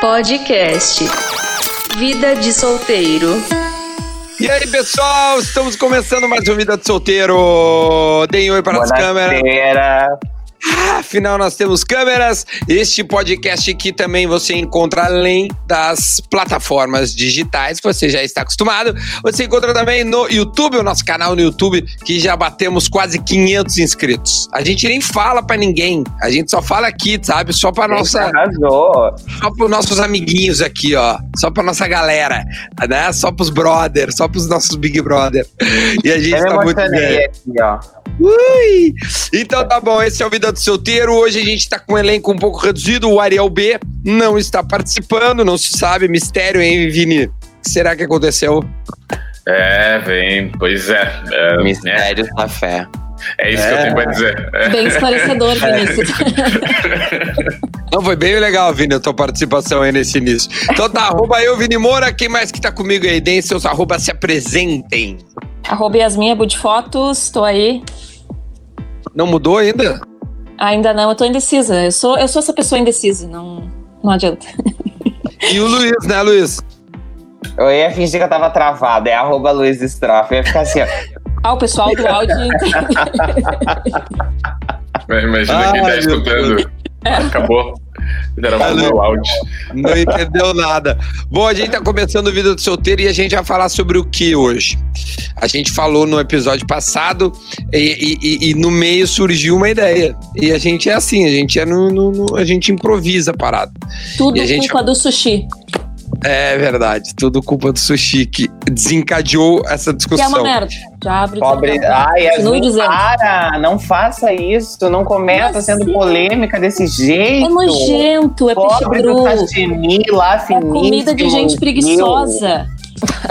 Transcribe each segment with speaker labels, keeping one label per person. Speaker 1: Podcast Vida de Solteiro.
Speaker 2: E aí, pessoal, estamos começando mais um Vida de Solteiro. Deem oi para as câmeras. Ah,
Speaker 3: Bonateira.
Speaker 2: Afinal, nós temos câmeras. Este podcast que também você encontra além das plataformas digitais, que você já está acostumado. Você encontra também no YouTube, o nosso canal no YouTube, que já batemos quase 500 inscritos. A gente nem fala para ninguém, a gente só fala aqui, sabe? Só
Speaker 3: É
Speaker 2: para nossa
Speaker 3: Arrasou.
Speaker 2: só para nossos amiguinhos aqui, ó. Só para nossa galera, né? Só para os brothers, só para os nossos Big Brother. E a gente
Speaker 3: Eu me
Speaker 2: tá muito bem.
Speaker 3: emocionei é aqui, ó.
Speaker 2: Ui! Então tá bom, esse é o Vida do Solteiro. Hoje a gente tá com um elenco um pouco reduzido. O Ariel B não está participando, não se sabe. Mistério, hein, Vini? O que será que aconteceu?
Speaker 4: É, vem, pois é. É, né?
Speaker 5: Mistérios da fé.
Speaker 4: é isso que eu tenho pra dizer. É.
Speaker 6: Bem esclarecedor, Vinícius.
Speaker 2: Não, foi bem legal, Vini, a tua participação aí nesse início. Então tá, arroba eu, Vini Moura. Quem mais que tá comigo aí? Deem seus arroba, se apresentem.
Speaker 6: Arroba Yasmin Abu de Fotos, tô aí.
Speaker 2: Não mudou ainda?
Speaker 6: Ainda não, eu tô indecisa. Eu sou, eu sou essa pessoa indecisa, não, não adianta.
Speaker 2: E o Luiz, né, Luiz?
Speaker 3: Eu ia fingir que eu tava travada. É arroba Luiz Estrofe. Eu ia ficar assim, ó.
Speaker 6: Ah, o pessoal do áudio.
Speaker 3: É. Ah,
Speaker 4: Imagina
Speaker 2: Ai,
Speaker 4: quem tá
Speaker 2: meu Deus.
Speaker 4: escutando. Acabou. Literalmente
Speaker 2: Valeu.
Speaker 4: no áudio.
Speaker 2: Não entendeu nada. Bom, a gente tá começando o Vida do Solteiro e a gente vai falar sobre o que hoje? A gente falou no episódio passado e, e- e- e no meio surgiu uma ideia. E a gente é assim, a gente é no, no- no- a gente improvisa a parada.
Speaker 6: Tudo
Speaker 2: E a gente-
Speaker 6: culpa do sushi.
Speaker 2: É verdade, tudo culpa do sushi que desencadeou essa
Speaker 6: Que é uma
Speaker 2: discussão.
Speaker 6: merda. Já abre
Speaker 3: Pobre.
Speaker 6: o
Speaker 3: Ai,
Speaker 6: Continue
Speaker 3: Yasmin,
Speaker 6: dizendo.
Speaker 3: para! Não faça isso. Não começa
Speaker 6: Mas
Speaker 3: sendo
Speaker 6: sim.
Speaker 3: polêmica desse
Speaker 6: É
Speaker 3: jeito.
Speaker 6: nojento, é peixe
Speaker 3: Pobre do
Speaker 6: cru.
Speaker 3: sashimi lá
Speaker 6: É
Speaker 3: finíssimo.
Speaker 6: comida de gente
Speaker 3: meu.
Speaker 6: preguiçosa.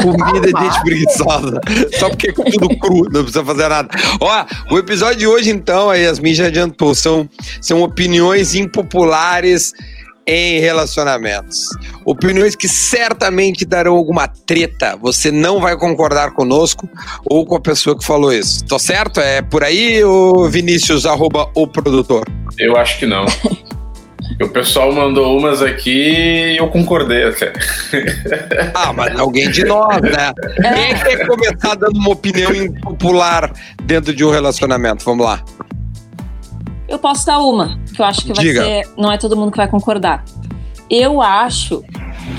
Speaker 2: Comida de gente preguiçosa. Só porque é tudo cru, não precisa fazer nada. Ó, o episódio de hoje, então, a Yasmin já adiantou, são, são opiniões impopulares em relacionamentos. Opiniões que certamente darão alguma treta. Você não vai concordar conosco ou com a pessoa que falou isso. Tô certo? É por aí, ô Vinícius, arroba o produtor.
Speaker 4: Eu acho que não. O pessoal mandou umas aqui e eu concordei até.
Speaker 2: Ah, mas alguém de nós, né? Quem é que quer começar dando uma opinião impopular dentro de um relacionamento? Vamos lá.
Speaker 6: Eu posso dar uma, que eu acho que vai
Speaker 2: Diga.
Speaker 6: ser. Não é todo mundo que vai concordar. Eu acho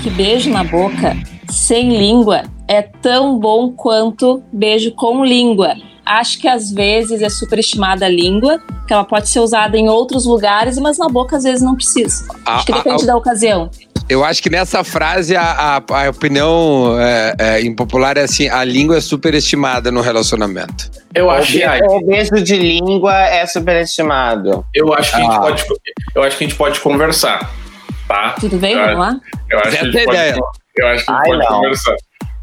Speaker 6: que beijo na boca sem língua é tão bom quanto beijo com língua. Acho que às vezes é superestimada a língua, que ela pode ser usada em outros lugares, mas na boca às vezes não precisa.
Speaker 3: Ah,
Speaker 2: A-
Speaker 6: Acho que
Speaker 2: a-
Speaker 6: depende da ocasião.
Speaker 2: Eu acho que nessa frase a, a- a opinião é, é, impopular é assim: a língua é superestimada no relacionamento.
Speaker 4: Eu
Speaker 3: O
Speaker 4: acho que. ai,
Speaker 3: beijo- O beijo de língua é superestimado.
Speaker 4: Eu acho que a gente
Speaker 3: Ah.
Speaker 4: pode. Eu acho que a gente pode conversar. Tá?
Speaker 6: Tudo bem?
Speaker 4: Ah,
Speaker 6: Vamos lá?
Speaker 4: Eu acho
Speaker 2: Essa
Speaker 4: que a
Speaker 2: é a
Speaker 4: gente
Speaker 2: ideia.
Speaker 4: pode. Eu acho que a gente
Speaker 3: Ai,
Speaker 4: pode
Speaker 3: não.
Speaker 4: conversar.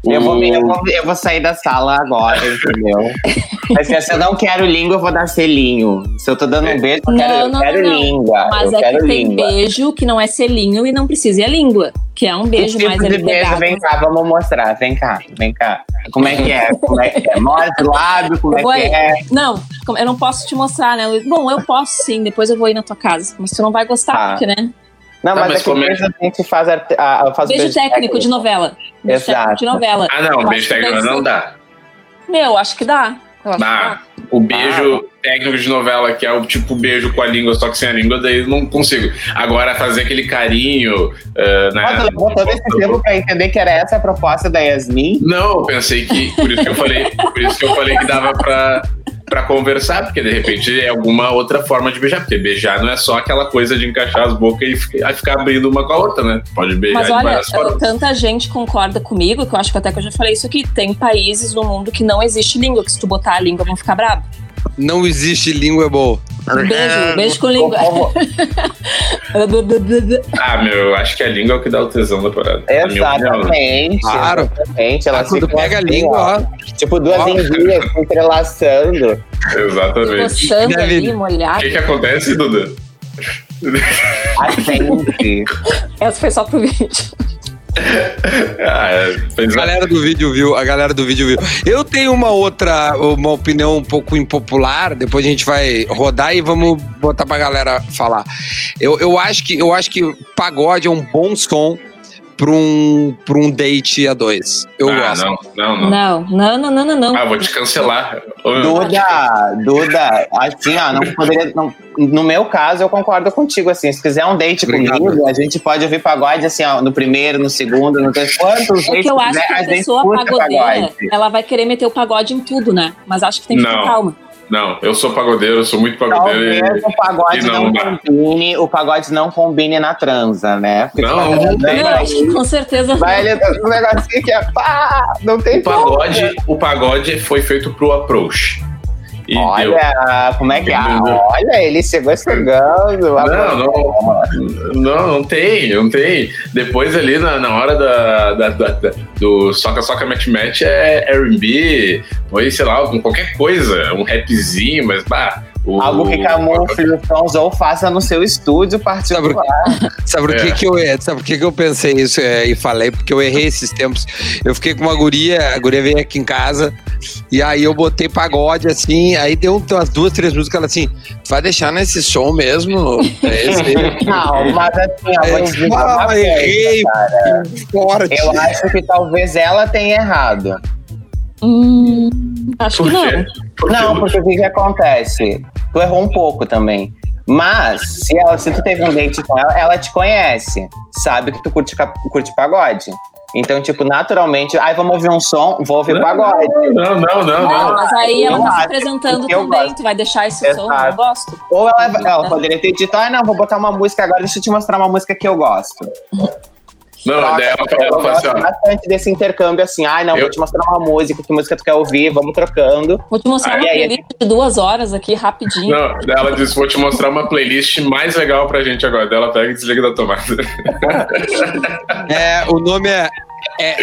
Speaker 3: Eu, vou, me- eu,
Speaker 4: O-
Speaker 3: vou, eu vou sair da sala agora, entendeu? Mas se eu não quero língua, eu vou dar selinho. Se eu tô dando um beijo, eu
Speaker 6: Não,
Speaker 3: quero, eu
Speaker 6: não,
Speaker 3: quero
Speaker 6: não, não.
Speaker 3: língua.
Speaker 6: Mas
Speaker 3: ah, eu
Speaker 6: é
Speaker 3: quero
Speaker 6: que tem
Speaker 3: língua.
Speaker 6: beijo que não é selinho e não precisa e a língua, que é um beijo
Speaker 3: Que
Speaker 6: mais
Speaker 3: tipo de
Speaker 6: ali
Speaker 3: beijo,
Speaker 6: pegado.
Speaker 3: vem cá, vamos mostrar. Vem cá, vem cá. Como é que é? Como é que é? Mostra o lábio, como é
Speaker 6: Oi.
Speaker 3: que é?
Speaker 6: Não, como- eu não posso te mostrar, né, Luiz? Bom, eu posso sim, depois eu vou ir na tua casa. Mas tu não vai gostar,
Speaker 3: Tá.
Speaker 6: porque, né?
Speaker 3: Não,
Speaker 4: Tá,
Speaker 3: mas,
Speaker 4: mas
Speaker 3: é que
Speaker 4: como é-
Speaker 3: beijo a gente faz. arte- ah, eu faço
Speaker 6: Beijo, técnico de novela. Beijo
Speaker 3: Exato.
Speaker 6: técnico de novela.
Speaker 4: Ah, não,
Speaker 6: Eu
Speaker 4: beijo
Speaker 6: acho que
Speaker 4: técnico
Speaker 6: deve
Speaker 4: não
Speaker 6: ser-
Speaker 4: dá.
Speaker 6: Meu, acho que dá. Eu acho
Speaker 4: Dá.
Speaker 6: que
Speaker 4: O beijo técnico de novela, que é o tipo beijo com a língua, só que sem a língua, daí eu não consigo. Agora, fazer aquele carinho. eh,
Speaker 2: É,
Speaker 4: né?
Speaker 3: Nossa, levou todo esse tempo pra entender que era essa a proposta da Yasmin.
Speaker 4: Não, eu pensei que. Por isso que eu falei, por isso que eu falei que dava pra, pra conversar, porque de repente é alguma outra forma de beijar. Porque beijar não é só aquela coisa de encaixar as bocas e ficar, aí ficar abrindo uma com a outra, né? Pode beijar
Speaker 6: Mas
Speaker 4: de
Speaker 6: olha,
Speaker 4: várias formas.
Speaker 6: tanta gente concorda comigo, que eu acho que até que eu já falei isso aqui. Tem países no mundo que não existe língua, que se tu botar a língua vão ficar bravo.
Speaker 2: Não existe língua boa.
Speaker 4: Uhum.
Speaker 6: Beijo, beijo com língua.
Speaker 3: Como-
Speaker 4: Ah, meu, eu acho que a língua é o que dá o tesão da parada. na minha opinião. né?
Speaker 3: Exatamente.
Speaker 2: Claro. Ah,
Speaker 3: Exatamente. Ela
Speaker 2: quando pega a língua, ó.
Speaker 3: Tipo, duas
Speaker 2: Ó.
Speaker 3: enguias se entrelaçando.
Speaker 4: Exatamente.
Speaker 6: Coçando
Speaker 2: Deve-
Speaker 6: ali,
Speaker 4: O
Speaker 6: molhado.
Speaker 4: que, que acontece, Duda?
Speaker 3: Atende.
Speaker 6: Essa foi só pro vídeo.
Speaker 4: Ah, é, fez
Speaker 2: A galera do vídeo viu, a galera do vídeo viu. Eu tenho uma outra, uma opinião um pouco impopular, depois a gente vai rodar e vamos botar pra galera falar. Eu, eu, acho, que, eu acho que pagode é um bom som pra um, pra um date a dois. Eu
Speaker 4: ah,
Speaker 2: gosto.
Speaker 4: Não, não, não.
Speaker 6: Não, não, não, não, não, não.
Speaker 4: Ah, vou te cancelar.
Speaker 3: Duda, Duda, assim, ó, não poderia. não- no meu caso, eu concordo contigo, assim. Se quiser um date
Speaker 2: Obrigado.
Speaker 3: comigo, a gente pode ouvir pagode, assim, ó, no primeiro, no segundo, no terceiro. Quantos
Speaker 6: É que
Speaker 3: dates
Speaker 6: eu acho
Speaker 3: quiser,
Speaker 6: que a
Speaker 3: né? gente
Speaker 6: pessoa
Speaker 3: escuta
Speaker 6: pagodeira,
Speaker 3: pagode.
Speaker 6: ela vai querer meter o pagode em tudo, né? Mas acho que tem que ter
Speaker 4: Não.
Speaker 6: calma.
Speaker 4: Não, eu sou pagodeiro, eu sou muito pagodeiro. e-
Speaker 3: Talvez o pagode
Speaker 4: e
Speaker 3: não,
Speaker 4: não dá.
Speaker 3: combine, o pagode não combine na transa, né? Porque
Speaker 4: Não,
Speaker 3: tu vai-
Speaker 4: não
Speaker 3: vai-
Speaker 4: tem.
Speaker 6: Não, acho que com certeza não.
Speaker 3: Vai ali um negocinho que é pá, não tem
Speaker 4: O pagode, o pagode foi feito pro approach. E deu.
Speaker 3: Olha, como é que é?
Speaker 4: Entendeu?
Speaker 3: Olha, ele chegou chegando.
Speaker 4: Não, não, não, não tem, não tem. Depois ali na, na hora da, da- da- da- do soca soca match match é R&B, ou sei lá, algum- qualquer coisa, um rapzinho, mas bah, o-
Speaker 3: Algo que camufle os sons ou faça no seu estúdio particular.
Speaker 2: Sabe por
Speaker 4: É.
Speaker 2: que, que eu é, sabe por que, que eu pensei isso é, e falei? Porque eu errei esses tempos. Eu fiquei com uma guria, a guria veio aqui em casa, e aí eu botei pagode assim, aí deu umas duas, três músicas, ela assim, "Tu vai deixar nesse som mesmo? É esse?"
Speaker 3: Não, mas assim, ó,
Speaker 4: É,
Speaker 3: vou te dizer uma
Speaker 2: Ah, errei,
Speaker 3: coisa, cara.
Speaker 2: forte.
Speaker 3: Eu acho que talvez ela tenha errado.
Speaker 6: Hum, acho
Speaker 4: Por
Speaker 6: que não.
Speaker 4: quê? Por quê?
Speaker 3: Não, porque o que, que acontece? Tu errou um pouco também. Mas, se, ela, se tu teve um date com ela, ela te conhece. Sabe que tu curte, cap- curte pagode. Então, tipo, naturalmente, ai, vamos ouvir um som, vou ouvir pagode.
Speaker 4: Não, não, não,
Speaker 6: Não,
Speaker 4: não.
Speaker 6: mas aí
Speaker 3: eu
Speaker 6: ela tá
Speaker 3: acho,
Speaker 6: se apresentando
Speaker 3: porque eu
Speaker 6: também.
Speaker 3: gosto.
Speaker 6: Tu vai deixar esse som?
Speaker 3: Exato.
Speaker 6: Eu gosto.
Speaker 3: Ou ela, ela poderia ter dito, ah, não, vou botar uma música agora, deixa eu te mostrar uma música que eu gosto.
Speaker 4: Não, daí ela,
Speaker 3: eu
Speaker 4: ela fala assim,
Speaker 3: gosto
Speaker 4: ó,
Speaker 3: bastante desse intercâmbio, assim, ai, não,
Speaker 4: Eu-
Speaker 3: vou te mostrar uma música, que música tu quer ouvir, vamos trocando.
Speaker 6: Vou te mostrar
Speaker 4: Aí,
Speaker 6: uma
Speaker 3: Ah, aí,
Speaker 6: playlist de duas horas aqui, rapidinho.
Speaker 4: não, daí ela diz, vou te mostrar uma playlist mais legal pra gente agora. Daí ela pega e desliga da tomada.
Speaker 2: É, o nome é, é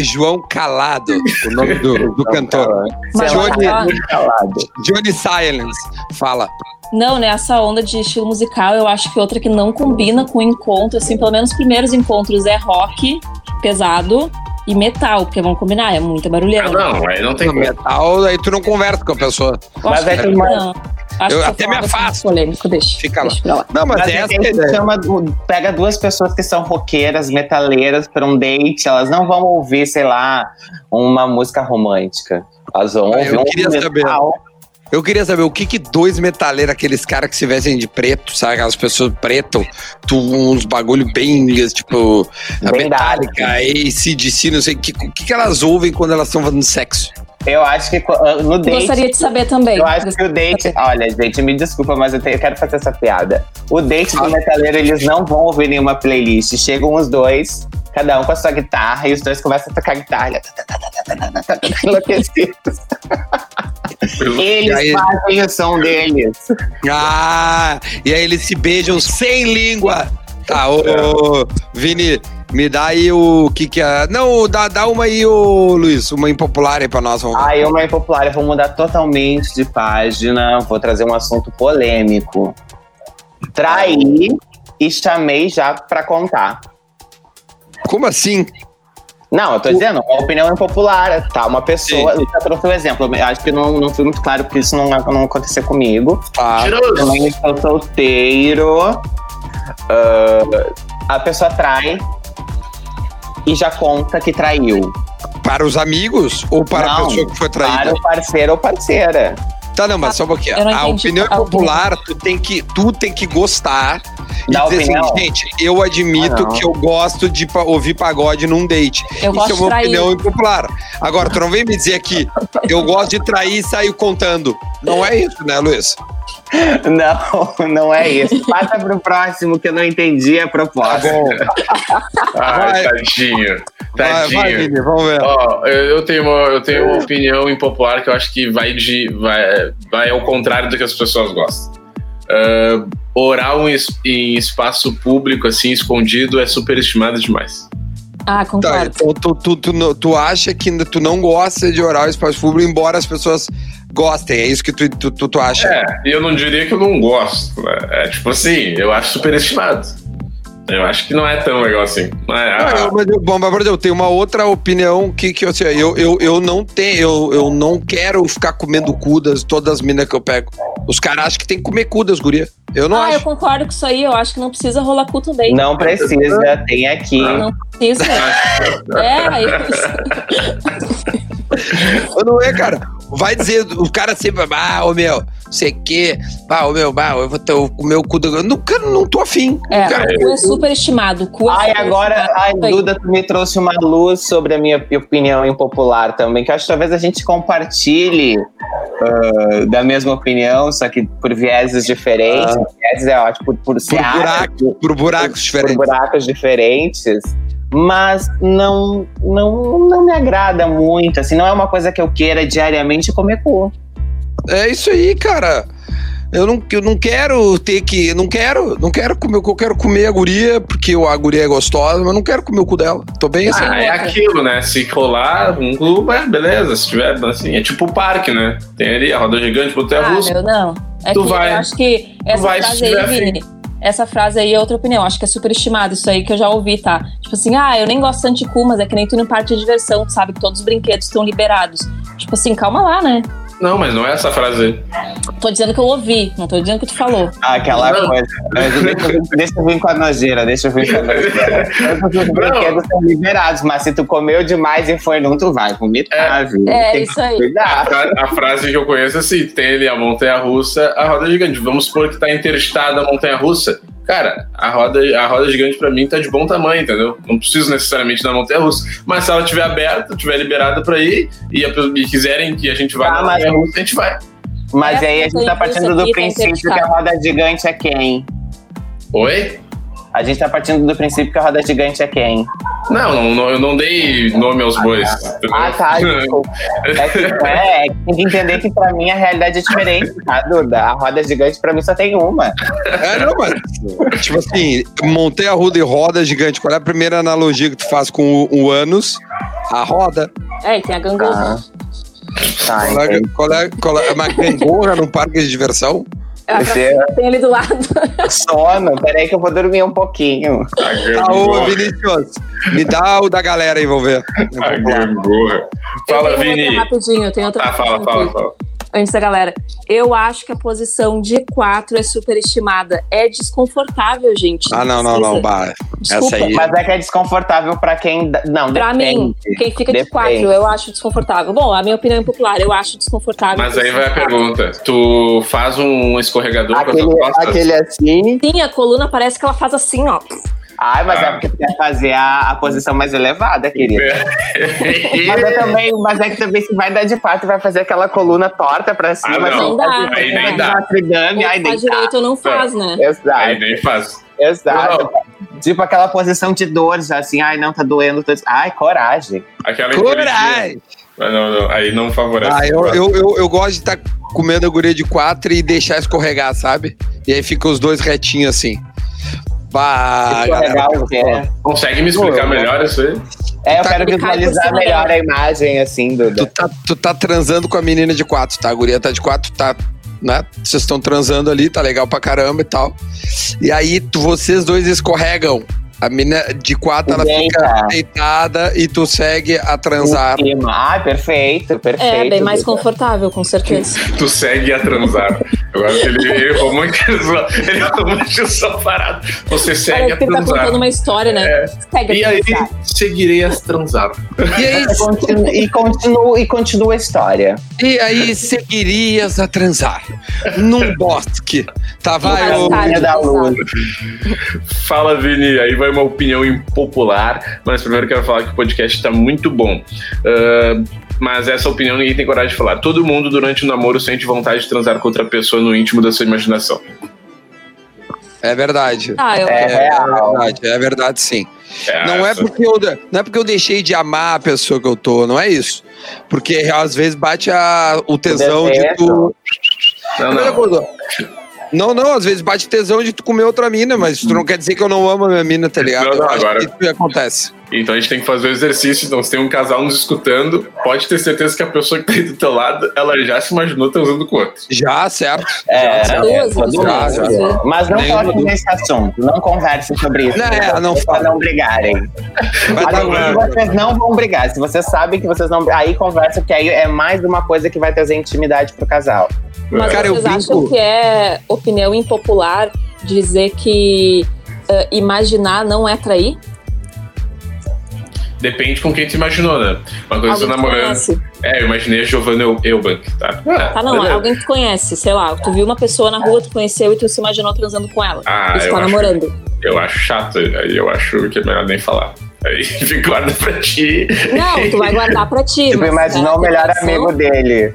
Speaker 2: João Calado, o nome do, do cantor.
Speaker 6: Mas
Speaker 2: Johnny-
Speaker 6: olha só,
Speaker 3: tá Calado.
Speaker 2: Johnny Silence fala.
Speaker 6: Não, nessa onda de estilo musical, eu acho que outra que não combina com o encontro, assim, pelo menos os primeiros encontros é rock pesado e metal, porque vamos combinar, é muita barulheira.
Speaker 4: Ah, não, aí não tem como.
Speaker 2: metal, aí tu não conversa com a pessoa.
Speaker 6: Eu
Speaker 3: Mas
Speaker 6: acho
Speaker 3: vai
Speaker 6: que-
Speaker 3: ter mais-
Speaker 6: não. Acho
Speaker 2: Eu
Speaker 6: que
Speaker 2: até me
Speaker 6: falava
Speaker 2: afasto.
Speaker 6: com Polêmico, deixa.
Speaker 2: Fica lá.
Speaker 6: deixa pra lá.
Speaker 2: Não, mas,
Speaker 3: Mas é
Speaker 2: essa
Speaker 3: que
Speaker 2: é a
Speaker 3: aí tu
Speaker 2: ideia.
Speaker 3: chama, pega duas pessoas que são roqueiras, metaleiras, pra um date, elas não vão ouvir, sei lá, uma música romântica. Elas vão
Speaker 2: Ah,
Speaker 3: ouvir
Speaker 2: eu
Speaker 3: um
Speaker 2: queria saber. Eu queria saber o que que dois metaleiros, aqueles caras que se vestem de preto, sabe? Aquelas pessoas preto, tu, uns bagulho bem, tipo, a
Speaker 3: Bem
Speaker 2: Metallica, ACDC, não sei, o que, o que que elas ouvem quando elas estão fazendo sexo?
Speaker 3: Eu acho que co- ah, no date.
Speaker 6: Gostaria de saber também.
Speaker 3: Eu acho que o date. Olha, gente, me desculpa, mas eu, te- eu quero fazer essa piada. O date do metaleiro, eles não vão ouvir nenhuma playlist. Chegam os dois, cada um com a sua guitarra, e os dois começam a tocar guitarra. Enlouquecidos.
Speaker 2: E aí?
Speaker 3: Eles fazem o som deles.
Speaker 2: Ah, e aí eles se beijam sem língua. Tá, ô, ô, Vini, me dá aí o que que é. Não, dá, dá uma aí, ô, Luiz, uma impopular aí pra nós. Vamos. lá.
Speaker 3: Aí, uma impopular, eu vou mudar totalmente de página, vou trazer um assunto polêmico. Traí e chamei já pra contar.
Speaker 2: Como assim?
Speaker 3: Não, eu tô dizendo, é uma opinião impopular, tá? Uma pessoa. Eu já trouxe o exemplo, eu acho que não, não fui muito claro, porque isso não, não aconteceu comigo.
Speaker 2: Tá.
Speaker 4: Mentiroso.
Speaker 3: Também estou solteiro. ah, a pessoa trai e já conta que traiu.
Speaker 2: Para os amigos ou para a
Speaker 3: Não,
Speaker 2: pessoa que foi traída?
Speaker 3: Para o parceiro ou parceira.
Speaker 2: Tá, não, mas só um pouquinho.
Speaker 6: Eu não
Speaker 2: A
Speaker 6: entendi.
Speaker 2: opinião
Speaker 6: Ah,
Speaker 2: popular, tu tem que, tu tem que gostar. E
Speaker 3: Da
Speaker 2: dizer
Speaker 3: opinião?
Speaker 2: assim, gente, eu admito
Speaker 3: Ah, não.
Speaker 2: que eu gosto de pa- ouvir pagode num date.
Speaker 6: Eu
Speaker 2: Isso
Speaker 6: gosto
Speaker 2: é
Speaker 6: de
Speaker 2: uma
Speaker 6: trair.
Speaker 2: opinião impopular. Agora, tu não vem me dizer aqui, eu gosto de trair e saio contando. Não é isso, né, Luiz?
Speaker 3: Não, não é isso. Passa pro próximo que eu não entendi a proposta.
Speaker 4: Ai,
Speaker 2: Vai.
Speaker 4: tadinho.
Speaker 2: Vai,
Speaker 4: Tadinho.
Speaker 2: vai, Vini, vamos ver.
Speaker 4: Ó, eu, eu tenho uma, eu tenho uma opinião impopular que eu acho que vai de vai, vai ao contrário do que as pessoas gostam. Ah, oral em, es- em espaço público, assim, escondido, é superestimado demais.
Speaker 6: Ah,
Speaker 2: Tá,
Speaker 6: concordo.
Speaker 2: então tu, tu, tu, não- tu acha que ainda tu não gosta de oral em espaço público, embora as pessoas gostem. É isso que tu, tu, tu, tu acha.
Speaker 4: É, e eu não diria que eu não gosto. Né? É tipo assim, eu acho superestimado. Eu acho que não é tão legal assim. Mas,
Speaker 2: Ah,
Speaker 4: ah,
Speaker 2: eu- mas eu, bom, mas, por exemplo, eu tenho uma outra opinião que, que assim, eu, eu, eu não tenho, eu, eu não quero ficar comendo cu das todas as minas que eu pego. Os caras acham que tem que comer cu das guria. Eu não
Speaker 6: ah, eu
Speaker 2: acho.
Speaker 6: concordo com isso aí. Eu acho que não precisa rolar cu também.
Speaker 3: Não precisa, tem aqui.
Speaker 6: Não precisa. é, isso.
Speaker 2: Eu... Não é, cara. Vai dizer, o cara sempre, ah, ô meu, sei que, ah, ô meu, bah, eu vou ter, eu comer o cu da guria. Não, cara, não tô afim.
Speaker 6: É,
Speaker 2: Cara,
Speaker 6: o cu é superestimado. O cu é
Speaker 3: Ai,
Speaker 6: superestimado.
Speaker 3: agora, ai,
Speaker 6: Isso aí.
Speaker 3: Duda, tu me trouxe uma luz sobre a minha opinião impopular também, que eu acho que talvez a gente compartilhe ah, da mesma opinião, só que por vieses diferentes. Vieses é ótimo, por, por,
Speaker 2: Ah. por,
Speaker 3: seara,
Speaker 2: buraco, por buracos diferentes.
Speaker 3: por buracos diferentes, mas não, não, não me agrada muito, assim, não é uma coisa que eu queira diariamente comer cu.
Speaker 2: É isso aí, cara. Eu não, eu não quero ter que. Não quero. Não quero comer. Eu quero comer a guria, porque a guria é gostosa, mas não quero comer o cu dela. Tô bem assim.
Speaker 4: ah, é aquilo, né? Se rolar um clube, é beleza. Se tiver, assim, é tipo o parque, né? Tem ali a roda gigante, boteia
Speaker 6: Ah,
Speaker 4: russa.
Speaker 6: meu, não. É
Speaker 4: Tu
Speaker 6: que
Speaker 4: vai.
Speaker 6: eu acho que essa
Speaker 4: vai se
Speaker 6: frase aí,
Speaker 4: tiver
Speaker 6: Vini, essa frase aí é outra opinião. Acho que é superestimado isso aí que eu já ouvi, tá? Tipo assim, ah, eu nem gosto tanto de cu, mas é que nem tu no parque de diversão, tu sabe que todos os brinquedos estão liberados. Tipo assim, calma lá, né?
Speaker 4: Não, mas não é essa frase.
Speaker 6: Tô dizendo que eu ouvi, não tô dizendo que tu falou.
Speaker 3: Aquela
Speaker 4: Não.
Speaker 3: coisa. Mas deixa, eu- deixa eu vir com a nojeira, deixa eu vir com a nojeira. Todos os brinquedos são liberados, mas se tu comeu demais e foi num, tu vai vomitar, viu?
Speaker 6: É,
Speaker 3: Tem
Speaker 6: isso aí.
Speaker 3: que cuidar.
Speaker 4: Fra- A frase que eu conheço é assim: tem ali a montanha russa, a roda gigante. Vamos supor que tá interditada a montanha russa. Cara, a roda, a roda gigante pra mim tá de bom tamanho, entendeu? Não preciso necessariamente da montanha russa. Mas se ela estiver aberta, estiver liberada pra ir e, a pe- e quiserem que a gente vá
Speaker 3: Tá,
Speaker 4: na
Speaker 3: mas-
Speaker 4: montanha russa, a gente vai.
Speaker 3: Mas
Speaker 6: É,
Speaker 3: aí a gente tá
Speaker 6: isso
Speaker 3: partindo
Speaker 6: aqui
Speaker 3: do
Speaker 6: tá
Speaker 3: princípio que a
Speaker 6: interditado.
Speaker 3: roda gigante é quem?
Speaker 4: Oi?
Speaker 3: A gente tá partindo do princípio que a roda gigante é quem?
Speaker 4: Não, não, não- eu não dei nome aos bois.
Speaker 3: Ah, tá, desculpa. É que, é, é que tem que entender que pra mim a realidade é diferente, tá, Duda? A roda gigante pra mim só tem uma.
Speaker 2: É, não, mas. Tipo assim, montei a roda e roda gigante. Qual é a primeira analogia que tu faz com o, o ânus? A roda.
Speaker 6: É, e tem a
Speaker 3: Ah,
Speaker 6: gangorra.
Speaker 3: Tá,
Speaker 2: Qual é,
Speaker 3: entendi.
Speaker 2: qual é, qual é uma gangorra num parque de diversão?
Speaker 6: É a pracinha que tem ali do lado.
Speaker 3: Sono, peraí que eu vou dormir um pouquinho.
Speaker 2: Ah, ô,
Speaker 4: Tá,
Speaker 2: Vinicius, me dá o da galera aí, vou ver.
Speaker 4: a gangorra. Fala,
Speaker 6: eu tenho
Speaker 4: Vini.
Speaker 6: Outra rapidinho, eu tenho outra
Speaker 4: Tá, fala,
Speaker 6: rapidinho
Speaker 4: fala,
Speaker 6: aqui.
Speaker 4: fala.
Speaker 6: antes da galera. Eu acho que a posição de quatro é superestimada. É desconfortável, gente.
Speaker 2: Ah, não, não,
Speaker 6: Precisa.
Speaker 2: não, bah.
Speaker 6: Desculpa.
Speaker 2: essa aí.
Speaker 3: Mas é que é desconfortável pra quem. Não,
Speaker 6: Pra
Speaker 3: depende.
Speaker 6: mim, quem fica de
Speaker 3: Depende.
Speaker 6: quatro, eu acho desconfortável. Bom, a minha opinião é popular, eu acho desconfortável.
Speaker 4: Mas aí vai a pergunta. Tu faz um escorregador com as tuas
Speaker 3: Aquele,
Speaker 4: costas?
Speaker 3: aquele assim.
Speaker 6: Sim, a coluna parece que ela faz assim, ó.
Speaker 3: Ai, mas
Speaker 4: Ah.
Speaker 3: é porque tu quer fazer a, a posição mais elevada, querida. Mas, é também, mas é que também se vai dar de quatro, vai fazer aquela coluna torta pra cima.
Speaker 4: Ah, não.
Speaker 3: assim,
Speaker 6: Não
Speaker 3: vai
Speaker 6: dá.
Speaker 3: fazer
Speaker 4: Aí nem dá.
Speaker 3: Notre Dame, ai,
Speaker 6: Ou
Speaker 3: nem
Speaker 6: faz
Speaker 3: dá.
Speaker 6: direito ou não faz, né?
Speaker 4: Aí
Speaker 3: Exato,
Speaker 4: nem faz.
Speaker 3: exato. Tipo aquela posição de dor, já assim, ai, não, tá doendo. Tô... Ai, coragem.
Speaker 4: Aquela
Speaker 2: Coragem!
Speaker 4: Mas não, não, aí não favorece.
Speaker 2: Ah, eu, eu, eu, eu gosto de estar comendo a guria de quatro e deixar escorregar, sabe? E aí fica os dois retinhos assim.
Speaker 4: Ah,
Speaker 2: Bah,
Speaker 3: Ficou
Speaker 2: galera.
Speaker 3: legal, que é.
Speaker 4: Consegue me explicar
Speaker 2: Eu-
Speaker 4: melhor isso aí?
Speaker 3: é, eu
Speaker 2: Tá
Speaker 3: quero
Speaker 6: complicado
Speaker 3: visualizar
Speaker 6: esse
Speaker 3: melhor
Speaker 6: negócio.
Speaker 3: a imagem, assim,
Speaker 2: Tu
Speaker 3: Duda.
Speaker 2: tá, tu tá transando com a menina de quatro, tá? A guria tá de quatro, tá. Né? Vocês estão transando ali, tá legal pra caramba e tal. E aí tu, vocês dois escorregam. A menina de quatro, ela
Speaker 3: Bem,
Speaker 2: fica
Speaker 3: tá.
Speaker 2: deitada e tu segue a transar.
Speaker 3: Em cima. Ai, perfeito, perfeito.
Speaker 6: É, bem mais
Speaker 3: Duda.
Speaker 6: confortável, com certeza.
Speaker 4: Tu segue a transar. Agora ele, ele romantizou. Ele romantizou a parada. Você segue
Speaker 6: Parece
Speaker 4: a
Speaker 6: que ele tá
Speaker 4: transar.
Speaker 6: contando uma história, né?
Speaker 4: É.
Speaker 6: Segue
Speaker 4: E
Speaker 6: a
Speaker 4: aí,
Speaker 6: transar.
Speaker 4: seguirei a transar.
Speaker 2: E aí,
Speaker 3: Continu- e, continua, e continua a história.
Speaker 2: e aí seguirias a transar. Num bosque. Tá, vai,
Speaker 6: Numa
Speaker 2: ô-
Speaker 6: sala.
Speaker 3: Filha da luz.
Speaker 4: Fala, Vini. Aí vai uma opinião impopular, mas primeiro quero falar que o podcast tá muito bom. Ah, mas essa opinião ninguém tem coragem de falar. Todo mundo durante o namoro sente vontade de transar com outra pessoa no íntimo da sua imaginação.
Speaker 2: É verdade.
Speaker 6: Ah, eu,
Speaker 2: É,
Speaker 3: É real.
Speaker 2: verdade, é verdade sim. Não é,
Speaker 4: essa-
Speaker 2: porque eu, não é porque eu deixei de amar a pessoa que eu tô, não é isso. Porque às vezes bate a, o tesão
Speaker 3: É.
Speaker 2: de tu.
Speaker 4: Não,
Speaker 2: Primeira
Speaker 4: não.
Speaker 2: coisa, Não, não, às vezes bate tesão de tu comer outra mina, mas tu não quer dizer que eu não amo a minha mina, tá ligado?
Speaker 4: Não, não,
Speaker 2: Eu acho
Speaker 4: agora-
Speaker 2: que isso acontece.
Speaker 4: Então a gente tem que fazer o exercício. Então, se tem um casal nos escutando, pode ter certeza que a pessoa que tá aí do teu lado, ela já se imaginou transando com o outro.
Speaker 2: Já, certo.
Speaker 3: É,
Speaker 2: já, certo.
Speaker 6: Duas,
Speaker 3: todo mundo.
Speaker 6: duas,
Speaker 2: já,
Speaker 6: duas.
Speaker 3: Mas não
Speaker 2: Nem
Speaker 3: toquem
Speaker 2: do-
Speaker 3: nesse assunto, não conversem sobre isso.
Speaker 2: Não, é, não
Speaker 3: pra não brigarem.
Speaker 2: Vai dar
Speaker 3: Agora, se
Speaker 2: merda.
Speaker 3: vocês não vão brigar, se vocês sabem que vocês não. Aí conversa, porque aí é mais uma coisa que vai trazer intimidade pro casal.
Speaker 6: Mas
Speaker 2: Cara, eu
Speaker 6: vocês acham
Speaker 2: brinco-
Speaker 6: que é opinião impopular dizer que ah, imaginar não é trair?
Speaker 4: Depende com quem tu imaginou, né? Uma
Speaker 6: Alguém
Speaker 4: coisa
Speaker 6: assim.
Speaker 4: eu
Speaker 6: que
Speaker 4: namorando.
Speaker 6: conhece.
Speaker 4: É, eu imaginei a Giovanna Eu- Eubank, tá?
Speaker 6: Ah, não,
Speaker 4: beleza.
Speaker 6: alguém que conhece, sei lá, tu viu uma pessoa na rua, tu conheceu e tu se imaginou transando com ela.
Speaker 4: Ah,
Speaker 6: e tu
Speaker 4: eu
Speaker 6: tá
Speaker 4: acho-
Speaker 6: namorando.
Speaker 4: Eu acho chato, aí eu acho que é melhor nem falar. Aí guarda pra ti.
Speaker 6: Não, tu vai guardar pra ti.
Speaker 3: tipo,
Speaker 6: mas,
Speaker 3: imaginar
Speaker 6: né,
Speaker 3: o melhor
Speaker 6: traição,
Speaker 3: amigo dele.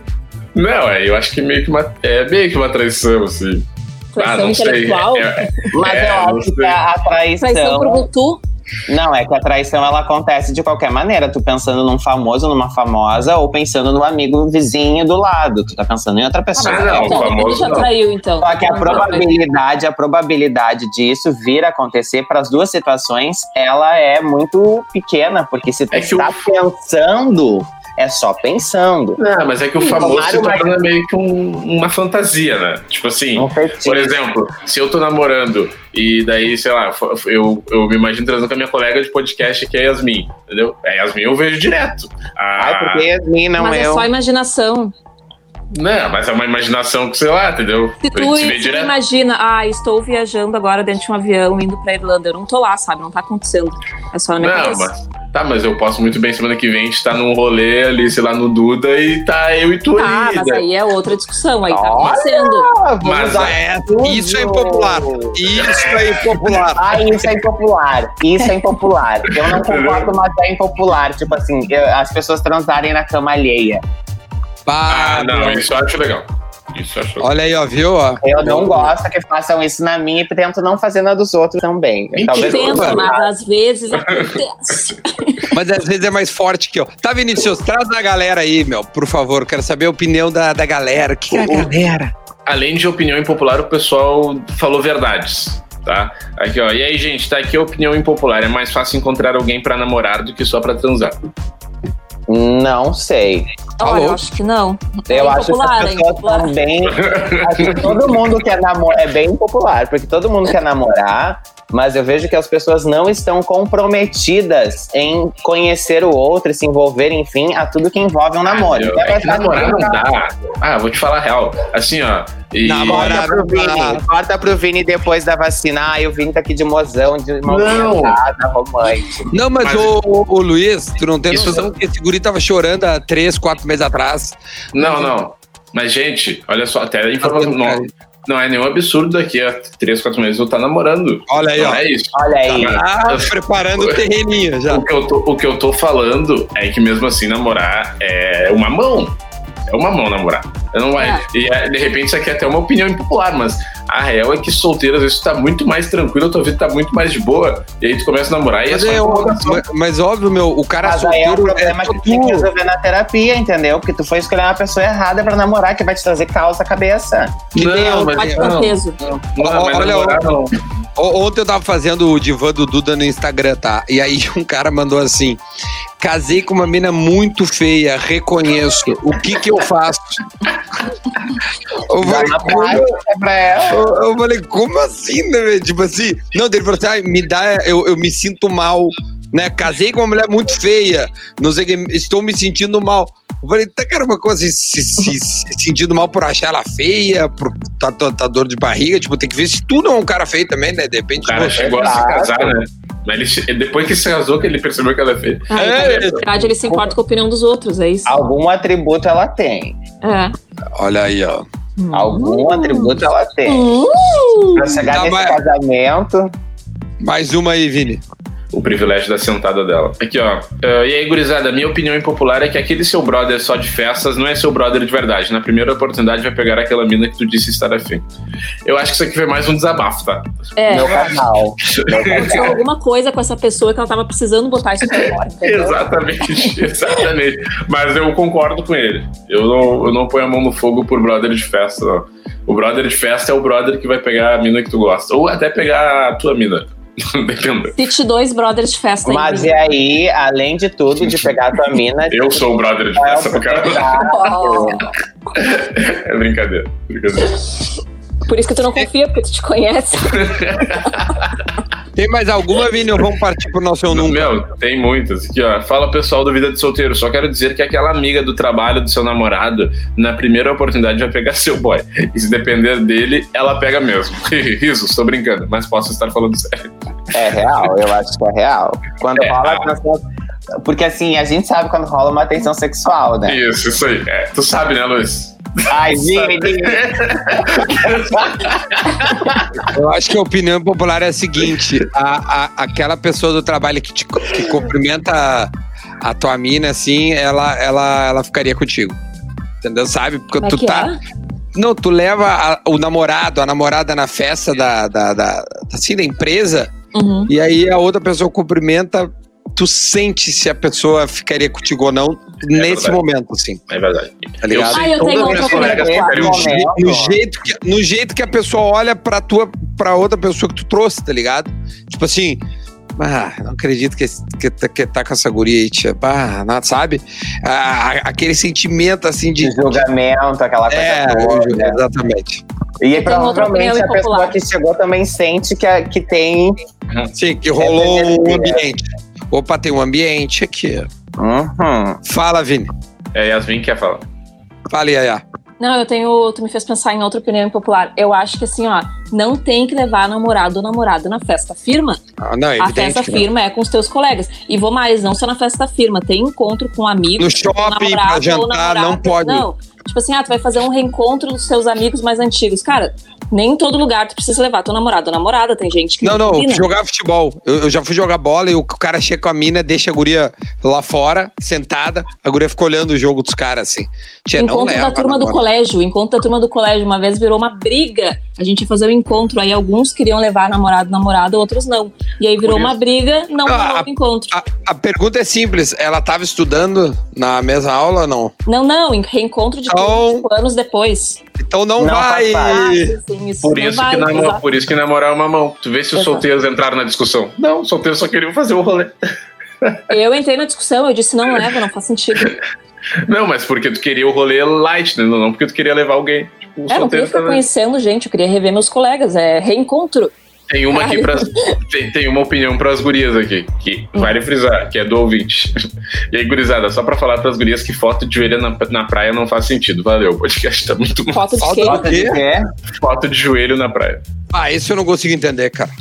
Speaker 4: Não, é, eu acho que meio que uma, é meio que uma traição, assim. ah,
Speaker 6: Traição
Speaker 4: não sei.
Speaker 6: intelectual.
Speaker 4: É, é-
Speaker 3: Mas
Speaker 4: É,
Speaker 3: eu
Speaker 4: não
Speaker 3: acho que
Speaker 4: sei.
Speaker 3: a, a traição.
Speaker 6: Traição por Gutu.
Speaker 3: Não, é que a traição ela acontece de qualquer maneira. Tu pensando num famoso, numa famosa, ou pensando no amigo vizinho do lado. Tu tá pensando em outra pessoa.
Speaker 4: Ah, não,
Speaker 6: então,
Speaker 4: o
Speaker 6: todo mundo
Speaker 4: famoso
Speaker 6: já
Speaker 4: não.
Speaker 6: traiu, então.
Speaker 3: Só que a
Speaker 6: Todo mundo já traiu.
Speaker 3: probabilidade, a probabilidade disso vir a acontecer para as duas situações, ela é muito pequena, porque se tu
Speaker 4: É que
Speaker 3: está pensando, é só pensando.
Speaker 4: Não, mas é que o
Speaker 3: Sim,
Speaker 4: famoso
Speaker 3: tomaram
Speaker 4: se
Speaker 3: uma-
Speaker 4: torna meio que um- uma fantasia, né? Tipo assim,
Speaker 3: Não fez
Speaker 4: por exemplo, se eu tô namorando e daí, sei lá, fo- eu, eu me imagino transando com a minha colega de podcast que é a Yasmin, entendeu? A Yasmin eu vejo direto. Ah,
Speaker 3: Ai, porque Yasmin não um-
Speaker 6: Mas é
Speaker 3: eu.
Speaker 6: só imaginação.
Speaker 4: Não, mas é uma imaginação que, sei lá, entendeu?
Speaker 6: Se
Speaker 4: a gente
Speaker 6: tu,
Speaker 4: se vê
Speaker 6: se tu
Speaker 4: direto.
Speaker 6: imagina, ah, estou viajando agora dentro de um avião indo pra Irlanda, eu não tô lá, sabe? Não tá acontecendo. É só na minha
Speaker 4: Não,
Speaker 6: cabeça.
Speaker 4: mas. Tá, mas eu posso muito bem semana que vem a gente tá num rolê ali, sei lá, no Duda e tá eu e tu
Speaker 6: Ah,
Speaker 4: ali.
Speaker 6: mas
Speaker 4: né?
Speaker 6: aí é outra discussão, aí tá
Speaker 3: Olha!
Speaker 6: acontecendo.
Speaker 3: Ah, vamos
Speaker 4: Mas
Speaker 3: dar
Speaker 2: é-
Speaker 3: tudo.
Speaker 2: isso é impopular. Isso é impopular.
Speaker 3: Ah, isso é impopular. Isso é impopular. Eu não concordo, mas é impopular. Tipo assim, eu- as pessoas transarem na cama alheia.
Speaker 2: Bah,
Speaker 4: Ah, não,
Speaker 2: meu.
Speaker 4: isso eu acho legal. Isso eu acho legal.
Speaker 2: Olha aí, ó, viu? ó?
Speaker 3: Eu não gosto que façam isso na minha e tento não fazer na dos outros também.
Speaker 4: Mentira.
Speaker 3: Talvez
Speaker 4: Tem-
Speaker 6: Tenta,
Speaker 2: mano.
Speaker 6: mas às vezes acontece.
Speaker 2: Mas às vezes é mais forte que eu. Tá, Vinícius, traz na galera aí, meu, por favor. Quero saber a opinião da, da galera. O que é a galera?
Speaker 4: além de opinião impopular, o pessoal falou verdades. Tá? Aqui, ó. E aí, gente, tá aqui a opinião impopular. É mais fácil encontrar alguém pra namorar do que só pra transar.
Speaker 3: Não sei.
Speaker 6: Olha,
Speaker 2: Alô?
Speaker 6: eu acho que não.
Speaker 4: Tá
Speaker 3: Eu
Speaker 6: é
Speaker 3: acho que
Speaker 6: impopular,
Speaker 3: as
Speaker 6: é
Speaker 3: pessoas
Speaker 6: impopular.
Speaker 3: são bem. acho que todo mundo quer namorar. É bem popular, porque todo mundo quer namorar, mas eu vejo que as pessoas não estão comprometidas em conhecer o outro, se envolver, enfim, a tudo que envolve um namoro.
Speaker 4: Ah,
Speaker 3: Então,
Speaker 4: é
Speaker 3: vai
Speaker 4: que
Speaker 3: ficar
Speaker 4: namorar não
Speaker 3: tudo-
Speaker 4: dá. Ah, vou te falar a real. Assim, ó. E...
Speaker 2: Namora-
Speaker 3: Corta pro Vini, corta pro Vini depois da vacina. Ai, o Vini tá aqui de mozão, de mão
Speaker 4: Não.
Speaker 3: pesada, romântico.
Speaker 2: Não, mas,
Speaker 4: Mas-
Speaker 2: o, o- o Luiz, tu não tem
Speaker 4: Isso
Speaker 2: noção que esse guri tava chorando há três, quatro meses atrás.
Speaker 4: Não, não. Mas, gente, olha só, até a informação.
Speaker 2: Fazendo
Speaker 4: Não, não é nenhum absurdo daqui a três, quatro meses eu tá namorando.
Speaker 2: Olha aí,
Speaker 4: Não
Speaker 2: ó.
Speaker 4: é isso.
Speaker 3: Olha aí.
Speaker 2: Ah, preparando o terreninho já.
Speaker 4: O que, eu tô, o que eu tô falando é que mesmo assim namorar é uma mão. É uma mão namorar. Eu não
Speaker 6: É.
Speaker 4: E é, de repente isso aqui é até uma opinião impopular, mas a real é que solteiro às vezes tu tá muito mais tranquilo, a tua vida tá muito mais de boa. E aí tu começa a namorar e é
Speaker 2: Mas,
Speaker 4: só
Speaker 2: é um-
Speaker 4: empolgação.
Speaker 2: mas- mas óbvio, meu, o cara
Speaker 3: Mas aí é um
Speaker 2: solteiro é,
Speaker 3: problema né?
Speaker 2: só
Speaker 3: que tu tem que
Speaker 2: tu.
Speaker 3: resolver na terapia, entendeu? Porque tu foi escolher uma pessoa errada pra namorar, que vai te trazer caos na cabeça.
Speaker 2: que nem
Speaker 4: Não,
Speaker 2: eu,
Speaker 4: mas
Speaker 6: Bate
Speaker 4: não,
Speaker 6: com peso.
Speaker 4: não, mas
Speaker 2: é um- Olha,
Speaker 4: namorar não.
Speaker 2: O- Ontem eu tava fazendo o divã do Duda no Instagram, tá? E aí um cara mandou assim: casei com uma mina muito feia, reconheço. O que que eu faço? Eu
Speaker 3: Vai
Speaker 2: falei,
Speaker 3: na
Speaker 2: como,
Speaker 3: praia, é pra ela.
Speaker 2: eu- eu falei, "Como assim, né? velho?" Tipo assim, não, daí ele falou assim: "Ai, me dá, eu, eu me sinto mal, né? Casei com uma mulher muito feia, não sei o que, estou me sentindo mal. Eu falei, tá, cara, uma coisa assim, se, se- se sentindo mal por achar ela feia, por tá, tá, tá dor de barriga, tipo, tem que ver se tu não é um cara feio também, né? Depende
Speaker 4: O cara chegou a se casar, né? Mas ele che- depois que se casou, que ele percebeu que ela é feia.
Speaker 6: Ah, então,
Speaker 2: É,
Speaker 6: na verdade, ele se importa com a opinião dos outros, é isso?
Speaker 3: Algum atributo ela tem.
Speaker 6: É.
Speaker 2: Olha aí, ó.
Speaker 3: Algum atributo ela tem.
Speaker 6: Hum.
Speaker 3: Pra chegar
Speaker 2: Tá,
Speaker 3: nesse
Speaker 2: mas-
Speaker 3: casamento.
Speaker 2: Mais uma aí, Vini.
Speaker 4: O privilégio da sentada dela. Aqui, ó. Ah, e aí, gurizada, minha opinião impopular é que aquele seu brother só de festas não é seu brother de verdade. Na primeira oportunidade vai pegar aquela mina que tu disse estar afim. Eu acho que isso aqui foi mais um desabafo, tá?
Speaker 6: É.
Speaker 3: Meu canal.
Speaker 6: Aconteceu alguma coisa com essa pessoa que ela tava precisando botar isso pra fora, entendeu?
Speaker 4: exatamente, exatamente. Mas eu concordo com ele. Eu não, eu não ponho a mão no fogo por brother de festa, não. O brother de festa é o brother que vai pegar a mina que tu gosta. Ou até pegar a tua mina. Depende.
Speaker 6: Cite dois brothers de festa
Speaker 3: Mas é- e
Speaker 6: aí.
Speaker 3: aí, além de tudo, de pegar tua mina. é
Speaker 4: Eu sou o brother de
Speaker 3: tu vai
Speaker 4: festa pra caralho.
Speaker 3: aproveitar-
Speaker 6: Oh,
Speaker 4: É brincadeira. brincadeira.
Speaker 6: por isso que tu não confia, porque tu te conhece.
Speaker 2: Tem mais alguma, Vini? Ou vamos partir pro nosso eu nunca?
Speaker 4: Meu, tem muitas. Aqui, ó. Fala pessoal do Vida de Solteiro. Só quero dizer que aquela amiga do trabalho do seu namorado, na primeira oportunidade, vai pegar seu boy. E se depender dele, ela pega mesmo. Riso, estou brincando, mas posso estar falando sério.
Speaker 3: É real, eu acho que é real. Quando
Speaker 4: É
Speaker 3: rola.
Speaker 4: real.
Speaker 3: atração- Porque assim, a gente sabe quando rola uma tensão sexual, né?
Speaker 4: Isso, isso aí. É, tu sabe, né, Luiz?
Speaker 3: Ai, gente.
Speaker 6: é
Speaker 2: Eu acho que a opinião popular é a seguinte: a, a- aquela pessoa do trabalho que, te, que cumprimenta a, a tua mina, assim, ela, ela, ela ficaria contigo. Entendeu? Sabe? Porque
Speaker 6: Como é
Speaker 2: tu
Speaker 6: que
Speaker 2: tá.
Speaker 6: é?
Speaker 2: Não, tu leva a- o namorado, a namorada na festa da, da, da- assim, da empresa,
Speaker 6: Uhum.
Speaker 2: e aí a outra pessoa cumprimenta. Tu sente se a pessoa ficaria contigo ou não nesse
Speaker 4: verdade.
Speaker 2: momento, assim,
Speaker 4: É verdade.
Speaker 2: tá ligado?
Speaker 4: sei
Speaker 6: Ah, eu
Speaker 4: todas
Speaker 6: tenho
Speaker 4: as
Speaker 6: outra
Speaker 4: minhas colegas
Speaker 6: opinião,
Speaker 4: ficariam
Speaker 3: claro.
Speaker 4: de-
Speaker 2: Je-
Speaker 3: É,
Speaker 2: no,
Speaker 3: ó.
Speaker 2: um jeito que, no jeito que a pessoa olha pra tua pra outra pessoa que tu trouxe, tá ligado? Tipo assim, ah, não acredito que, esse- que, tá- que tá com essa guria aí, tia. Ah, não, sabe? Ah, aquele sentimento assim de.
Speaker 3: De um julgamento, aquela coisa
Speaker 2: é,
Speaker 3: toda.
Speaker 2: exatamente.
Speaker 3: E aí,
Speaker 6: Tem outra
Speaker 3: provavelmente
Speaker 6: opinião
Speaker 3: a pessoa
Speaker 6: impopular.
Speaker 3: que chegou também sente que, a- que tem.
Speaker 2: Sim, que rolou
Speaker 3: Essa é a
Speaker 2: um
Speaker 3: minha
Speaker 2: ambiente. Opa, tem um ambiente aqui.
Speaker 3: Uhum.
Speaker 2: Fala, Vini.
Speaker 4: É, Yasmin quer falar.
Speaker 2: Fala, Yaya.
Speaker 6: Não, eu tenho. Tu me fez pensar em outra opinião popular. Eu acho que assim, ó, não tem que levar namorado ou namorada na festa firma.
Speaker 2: Ah, não, é
Speaker 6: A
Speaker 2: evidente.
Speaker 6: festa
Speaker 2: né?
Speaker 6: firma é com os teus colegas. E vou mais, não só na festa firma, tem encontro com amigos.
Speaker 2: No
Speaker 6: com
Speaker 2: shopping,
Speaker 6: namorado
Speaker 2: pra
Speaker 6: ou
Speaker 2: jantar,
Speaker 6: namorada.
Speaker 2: não pode.
Speaker 6: Não. Tipo assim, ah, tu vai fazer um reencontro dos teus amigos mais antigos. Cara, nem em todo lugar tu precisa levar teu namorado ou namorada. Tem gente que.
Speaker 2: Não, não,
Speaker 6: combina.
Speaker 2: jogar futebol. Eu, eu já fui jogar bola e o cara chega com a mina, deixa a guria lá fora, sentada. A guria fica olhando o jogo dos caras, assim. Tia, não
Speaker 6: encontro
Speaker 4: é
Speaker 2: leva.
Speaker 6: da turma do
Speaker 2: namorado.
Speaker 6: colégio, encontro da turma do colégio, uma vez virou uma briga. A gente ia fazer um encontro, aí alguns queriam levar namorado, namorada, outros não. E aí virou
Speaker 4: Por isso.
Speaker 6: uma briga, não
Speaker 2: Ah,
Speaker 6: rolou o encontro.
Speaker 2: a, a pergunta é simples. Ela tava estudando na mesma aula ou não?
Speaker 6: Não, não, em- reencontro de
Speaker 2: Então-
Speaker 6: 25 anos depois.
Speaker 2: Então não,
Speaker 3: Não,
Speaker 2: vai.
Speaker 6: Ah, sim, sim, isso
Speaker 4: Por
Speaker 6: não
Speaker 4: isso,
Speaker 6: vai
Speaker 4: que namo-
Speaker 6: usar.
Speaker 4: por isso que namorar é uma mão. Tu vê se os
Speaker 6: Exato.
Speaker 4: solteiros entraram na discussão. Não, os solteiros só queriam fazer o rolê.
Speaker 6: Eu entrei na discussão, eu disse, não leva, não faz sentido.
Speaker 4: Não, mas porque tu queria o rolê light, né? Não porque tu queria levar alguém.
Speaker 6: É,
Speaker 4: Tipo, o
Speaker 6: não queria
Speaker 4: solteiro
Speaker 6: ficar
Speaker 4: tá-
Speaker 6: conhecendo gente, eu queria rever meus colegas, é reencontro.
Speaker 4: Tem uma aqui pras, tem, tem uma opinião pras gurias aqui, que
Speaker 6: Hum.
Speaker 4: vale frisar, que é do ouvinte. E aí, gurizada, só pra falar pras gurias que foto de joelho na, na praia não faz sentido. Valeu, o podcast tá muito bom.
Speaker 6: Foto de
Speaker 2: Foto
Speaker 6: quem?
Speaker 2: do-
Speaker 3: Gosta de
Speaker 2: quê?
Speaker 3: quê?
Speaker 4: Foto de joelho na praia.
Speaker 2: Ah, isso eu não consigo entender, cara.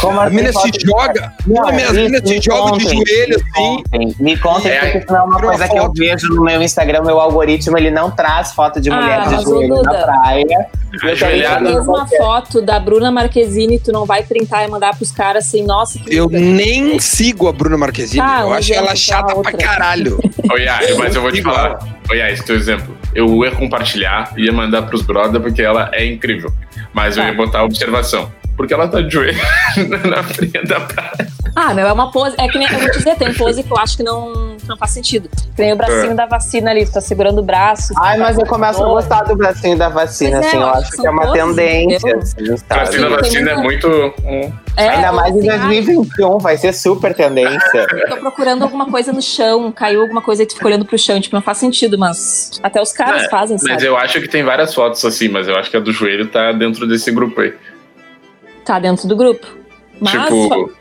Speaker 3: Como
Speaker 2: A mina se
Speaker 3: foto de-
Speaker 2: joga. Não, a minha
Speaker 3: me-
Speaker 2: mina se
Speaker 3: me
Speaker 2: joga de
Speaker 3: contem,
Speaker 2: joelho,
Speaker 3: me
Speaker 2: assim.
Speaker 3: contem, Me contem,
Speaker 4: É,
Speaker 3: porque senão é uma
Speaker 2: tira uma
Speaker 3: coisa que eu
Speaker 2: foto.
Speaker 3: vejo no meu Instagram, meu algoritmo, ele não traz foto de
Speaker 6: Ah,
Speaker 3: mulher de
Speaker 6: mas, ô,
Speaker 3: joelho na
Speaker 6: Duda.
Speaker 3: praia. Eu também
Speaker 6: A
Speaker 4: Ajoelhada.
Speaker 6: mesma foto da Bruna Marquezine, tu não vai printar e mandar pros caras assim, nossa, que
Speaker 2: Eu
Speaker 6: linda.
Speaker 2: nem sigo a Bruna Marquezine.
Speaker 6: Tá,
Speaker 2: eu
Speaker 6: um
Speaker 2: acho ela
Speaker 6: exemplo,
Speaker 2: chata
Speaker 6: tá,
Speaker 2: pra
Speaker 6: outra.
Speaker 2: caralho.
Speaker 4: Ô, Yari, mas eu vou te
Speaker 2: Igual.
Speaker 4: falar. Ô, Yari, esse teu exemplo. Eu ia compartilhar, ia mandar pros brother, porque ela é incrível. Mas eu
Speaker 6: Tá.
Speaker 4: ia botar a observação. Porque ela tá de joelho na frente da praia.
Speaker 6: Ah, meu, é uma pose. É que nem eu vou te dizer, tem pose que eu acho que não, que não faz sentido. Que nem o bracinho da vacina ali, tu tá segurando o braço.
Speaker 3: Ai, mas eu começo a gostar do bracinho da vacina,
Speaker 6: Pois é,
Speaker 3: assim, eu
Speaker 6: eu
Speaker 3: acho
Speaker 6: acho
Speaker 3: que é uma
Speaker 6: que são
Speaker 3: tendência.
Speaker 6: todos,
Speaker 3: assim, sabe?
Speaker 6: Tá,
Speaker 4: Pra cima
Speaker 6: tem
Speaker 4: da vacina é muito. hum,
Speaker 6: É,
Speaker 3: Ainda
Speaker 6: ou
Speaker 3: mais em
Speaker 6: assim, ah,
Speaker 3: 2021, vai ser super tendência.
Speaker 6: Tô procurando alguma coisa no chão, caiu alguma coisa e tu fica olhando pro chão. Tipo, não faz sentido, mas até os caras
Speaker 4: É,
Speaker 6: fazem,
Speaker 4: Mas
Speaker 6: sabe?
Speaker 4: eu acho que tem várias fotos assim, mas eu acho que a do joelho tá dentro desse grupo aí.
Speaker 6: Tá dentro do grupo. Mas
Speaker 4: tipo.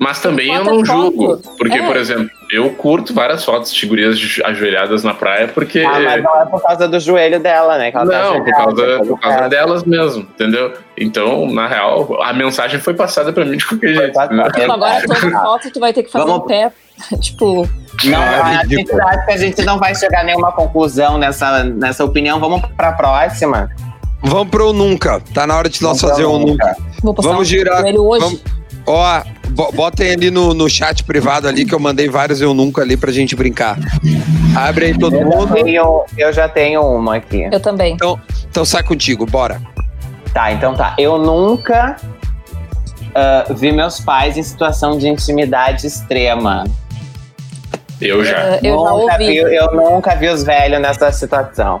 Speaker 4: Mas também eu
Speaker 6: foto é
Speaker 4: não
Speaker 6: foto.
Speaker 4: julgo. Porque,
Speaker 6: É.
Speaker 4: por exemplo, eu curto várias fotos de gurias de- ajoelhadas na praia, porque.
Speaker 3: Ah, mas não é por causa do joelho dela, né? que ela tá
Speaker 4: Não, por
Speaker 3: ajoelhada,
Speaker 4: causa, por causa né?
Speaker 3: é.
Speaker 4: delas mesmo, entendeu? Então, na real, a mensagem foi passada pra mim de qualquer jeito. né?
Speaker 3: Tá, tá.
Speaker 4: entendeu?
Speaker 6: Tipo, agora toda foto tu vai ter que fazer
Speaker 3: Vamos-
Speaker 6: um pé. tipo,
Speaker 3: Não,
Speaker 2: É
Speaker 3: a gente
Speaker 2: ridículo.
Speaker 3: acha que a gente não vai chegar a nenhuma conclusão nessa, nessa opinião. Vamos pra próxima. Então,
Speaker 2: Vamos pro nunca. Tá na hora de nós
Speaker 3: Não
Speaker 2: fazer
Speaker 3: dá
Speaker 2: um nunca.
Speaker 6: vou postar
Speaker 2: Vamos
Speaker 6: um
Speaker 2: girar.
Speaker 6: joelho hoje.
Speaker 2: Vamos- Ó, bo- botem ali no, no chat privado ali que eu mandei vários eu nunca ali pra gente brincar. Abre aí todo
Speaker 3: Eu já,
Speaker 2: mundo.
Speaker 3: tenho, eu já tenho uma aqui.
Speaker 6: Eu também.
Speaker 2: Então sai contigo, bora.
Speaker 3: Tá, então tá. Eu nunca ah, vi meus pais em situação de intimidade extrema.
Speaker 4: Eu já.
Speaker 6: Ah, Eu já
Speaker 3: nunca
Speaker 6: ouvi.
Speaker 3: vi- eu nunca vi os velhos nessa situação.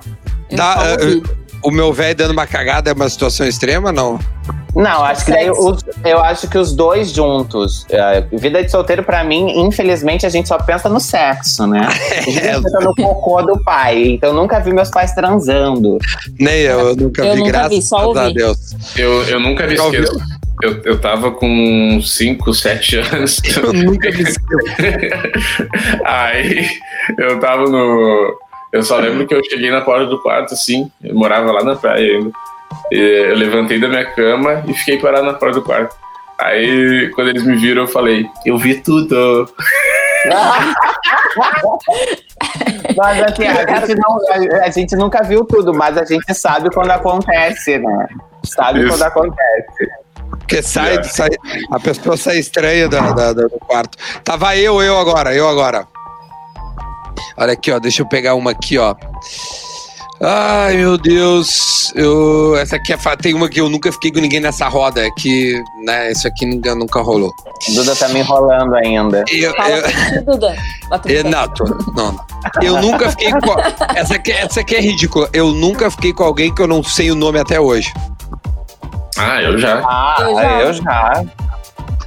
Speaker 6: Eu
Speaker 2: Tá,
Speaker 6: já
Speaker 2: eh,
Speaker 6: ouvi.
Speaker 2: O meu velho dando uma cagada é uma situação extrema, não?
Speaker 3: Não, acho que daí
Speaker 6: Tipo Sexo.
Speaker 3: os- eu acho que os dois juntos. é, vida de solteiro, pra mim, infelizmente, a gente só pensa no sexo, né? A gente
Speaker 2: É.
Speaker 3: pensa no cocô do pai. Então nunca vi meus pais transando.
Speaker 2: Nem eu, eu nunca
Speaker 6: Eu
Speaker 2: vi,
Speaker 6: nunca
Speaker 2: graças
Speaker 6: vi, só
Speaker 2: a
Speaker 6: ouvi.
Speaker 2: Deus.
Speaker 4: Eu, eu nunca me
Speaker 2: Já ouviu?
Speaker 4: esqueço. Eu, eu tava com 5, 7 anos.
Speaker 2: Eu nunca vi isso.
Speaker 4: Aí eu tava no. Eu só lembro que eu cheguei na porta do quarto, assim. Eu morava lá na praia ainda. E eu levantei da minha cama e fiquei parado na porta do quarto. Aí, quando eles me viram, eu falei: Eu vi tudo.
Speaker 3: Mas assim, a gente, não- a- a gente nunca viu tudo, mas a gente sabe quando acontece, né? Sabe
Speaker 4: Isso.
Speaker 3: quando acontece.
Speaker 2: Porque sai,
Speaker 4: Yeah.
Speaker 2: sai- a pessoa sai estranha da- da- da- do quarto. Tava eu, eu agora, eu agora. Olha aqui, ó. Deixa eu pegar uma aqui, ó. Ai, meu Deus. Eu, essa aqui é fa- tem uma que eu nunca fiquei com ninguém nessa roda. é Que, né, isso aqui nunca, nunca rolou.
Speaker 3: Duda tá me enrolando ainda.
Speaker 2: Eu,
Speaker 6: Fala
Speaker 2: eu,
Speaker 6: pra ti, Duda. Lá tu
Speaker 2: eu,
Speaker 6: vai.
Speaker 2: não, tô- não, não. Eu nunca fiquei com. Essa aqui, essa aqui é ridícula. Eu nunca fiquei com alguém que eu não sei o nome até hoje.
Speaker 4: Ah, eu já.
Speaker 3: Ah,
Speaker 6: Eu já.
Speaker 3: eu já.